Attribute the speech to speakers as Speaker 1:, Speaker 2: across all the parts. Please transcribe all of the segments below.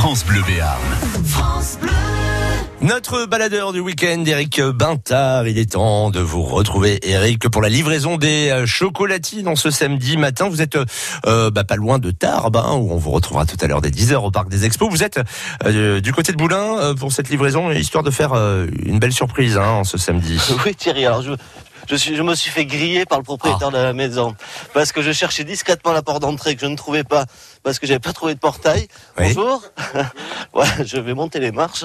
Speaker 1: France Bleu Béarn.
Speaker 2: Notre baladeur du week-end, Eric Bintard, il est temps de vous retrouver, Eric, pour la livraison des euh, chocolatines en ce samedi matin. Vous êtes euh, bah, pas loin de Tarbes, hein, où on vous retrouvera tout à l'heure dès 10h au Parc des Expos. Vous êtes euh, du côté de Boulin euh, pour cette livraison, histoire de faire euh, une belle surprise hein, en ce samedi.
Speaker 3: Oui Thierry, alors je, je, suis, je me suis fait griller par le propriétaire
Speaker 2: Ah.
Speaker 3: de la maison parce que je cherchais discrètement la porte d'entrée que je ne trouvais pas parce que j'avais pas trouvé de portail.
Speaker 2: Oui.
Speaker 3: Bonjour. Voilà, je vais monter les marches.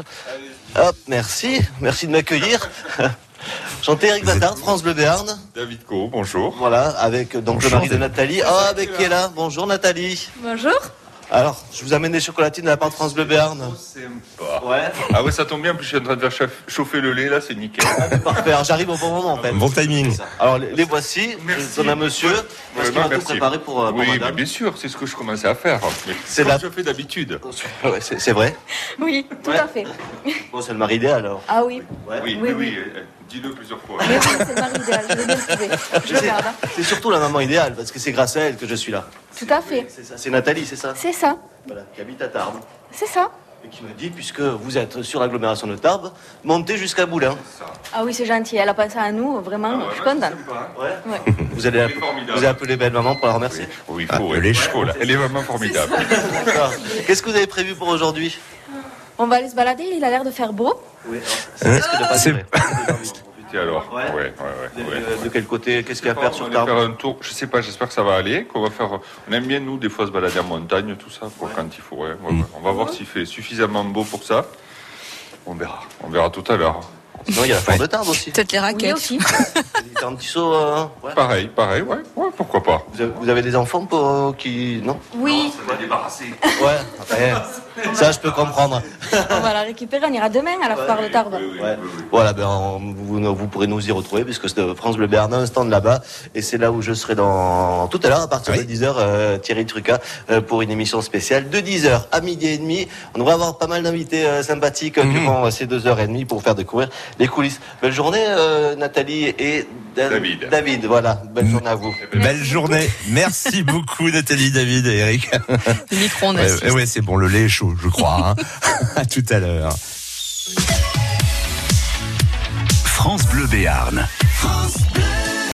Speaker 3: Hop, merci, merci de m'accueillir. Chanté Eric Battard, France Bleu Béarn,
Speaker 4: David Co, bonjour.
Speaker 3: voilà, avec donc
Speaker 2: Bonjour,
Speaker 3: le mari de
Speaker 2: David.
Speaker 3: Nathalie. Ah, avec qui est là Bonjour Nathalie.
Speaker 5: Bonjour.
Speaker 3: Alors, je vous amène des chocolatines de la part de France Bleu Béarn.
Speaker 4: Sympa.
Speaker 3: Ouais,
Speaker 4: Ah ouais, ça tombe bien, en plus je suis en train de faire chaf- chauffer le lait là, c'est nickel.
Speaker 3: parfait, alors j'arrive au bon moment en fait.
Speaker 2: Bon timing.
Speaker 3: Alors les, les voici,
Speaker 4: Merci.
Speaker 3: je les donne à monsieur, parce qu'il
Speaker 4: Ouais, bah,
Speaker 3: m'a tout
Speaker 4: merci.
Speaker 3: préparé pour, euh, pour
Speaker 4: oui, mais
Speaker 3: madame.
Speaker 4: bien sûr, c'est ce que je commençais à faire.
Speaker 3: C'est
Speaker 4: C'est
Speaker 3: la-
Speaker 4: comme je fais d'habitude.
Speaker 3: Ouais, c'est c'est vrai.
Speaker 5: Oui, tout
Speaker 3: Ouais.
Speaker 5: à fait.
Speaker 3: Bon, c'est le mari idéal alors.
Speaker 5: Ah oui,
Speaker 4: Oui,
Speaker 5: Oui,
Speaker 4: oui,
Speaker 5: oui.
Speaker 4: oui, euh, dis-le plusieurs fois.
Speaker 5: mais oui, c'est le mari idéal, je vais bien le trouver. Je le
Speaker 3: C'est-
Speaker 5: garde. hein.
Speaker 3: C'est surtout la maman idéale parce que c'est grâce à elle que je suis là.
Speaker 5: Tout à fait.
Speaker 3: C'est ça, c'est Nathalie, c'est ça
Speaker 5: C'est ça,
Speaker 3: Voilà, qui habite à Tarbes
Speaker 5: c'est ça.
Speaker 3: et qui me dit puisque vous êtes sur l'agglomération de Tarbes, montez jusqu'à Boulin.
Speaker 5: Ah oui, c'est gentil, elle a pensé à nous,
Speaker 3: Ah
Speaker 5: vraiment, je suis contente.
Speaker 4: hein.
Speaker 3: Ouais.
Speaker 5: Ouais.
Speaker 3: Vous allez
Speaker 4: Elle est formidable.
Speaker 3: vous allez appeler belle maman pour la remercier.
Speaker 4: Oui, Oh, il
Speaker 2: Ah,
Speaker 4: faut, ouais.
Speaker 2: le lait
Speaker 4: Ouais,
Speaker 2: chaud,
Speaker 4: là. Elle est vraiment formidable.
Speaker 3: Alors, Qu'est-ce que vous avez prévu pour aujourd'hui
Speaker 5: On va aller se balader, il a l'air de faire beau.
Speaker 3: Oui. alors, ça risque de pas
Speaker 2: C'est-
Speaker 3: durer.
Speaker 4: Et alors
Speaker 3: Ouais.
Speaker 4: Ouais, ouais,
Speaker 3: Vous
Speaker 4: ouais.
Speaker 3: allez,
Speaker 4: ouais.
Speaker 3: euh, De quel côté Qu'est-ce qu'il y a à
Speaker 4: On va
Speaker 3: faire sur
Speaker 4: aller faire
Speaker 3: Tarbes
Speaker 4: un tour, je sais pas, j'espère que ça va aller, qu'on va faire... On aime bien, nous, des fois, se balader en montagne, tout ça, pour quand il faut, ouais. Ouais, ouais. On va
Speaker 5: Mm.
Speaker 4: voir s'il fait suffisamment beau pour ça. On verra, on verra tout à l'heure.
Speaker 3: Sinon, il y a la foire de Tarbes aussi.
Speaker 6: Peut-être les
Speaker 5: Oui
Speaker 6: raquettes.
Speaker 5: aussi.
Speaker 3: C'est un petit saut. euh, ouais.
Speaker 4: Pareil, pareil, ouais, ouais, pourquoi pas.
Speaker 3: Vous avez, vous avez des enfants pour, euh, qui. Non
Speaker 5: Oui,
Speaker 4: Ça va débarrasser.
Speaker 3: Ouais, eh, ça je peux comprendre.
Speaker 5: on va la récupérer, on ira demain à la foire de Tarbes.
Speaker 3: Ouais.
Speaker 4: Euh,
Speaker 3: Voilà, ben, on- vous, vous pourrez nous y retrouver puisque c'est euh, France Bleu Béarn a un stand là-bas et c'est là où je serai dans tout à l'heure à partir
Speaker 2: Oui.
Speaker 3: de 10h Thierry Truca euh, pour une émission spéciale de 10h à midi et demi. On devrait avoir pas mal d'invités euh, sympathiques euh, durant euh, ces 2h30 pour faire découvrir les coulisses. Belle journée euh, Nathalie et Dan-
Speaker 4: David.
Speaker 3: David, voilà, belle journée à vous.
Speaker 2: Belle journée. Merci beaucoup, Nathalie, David et Eric.
Speaker 6: Le micro, on
Speaker 2: Ouais, eh ouais, c'est bon, le lait est chaud, je crois. hein. à tout à l'heure.
Speaker 1: France Bleu Béarn.
Speaker 7: France Bleu.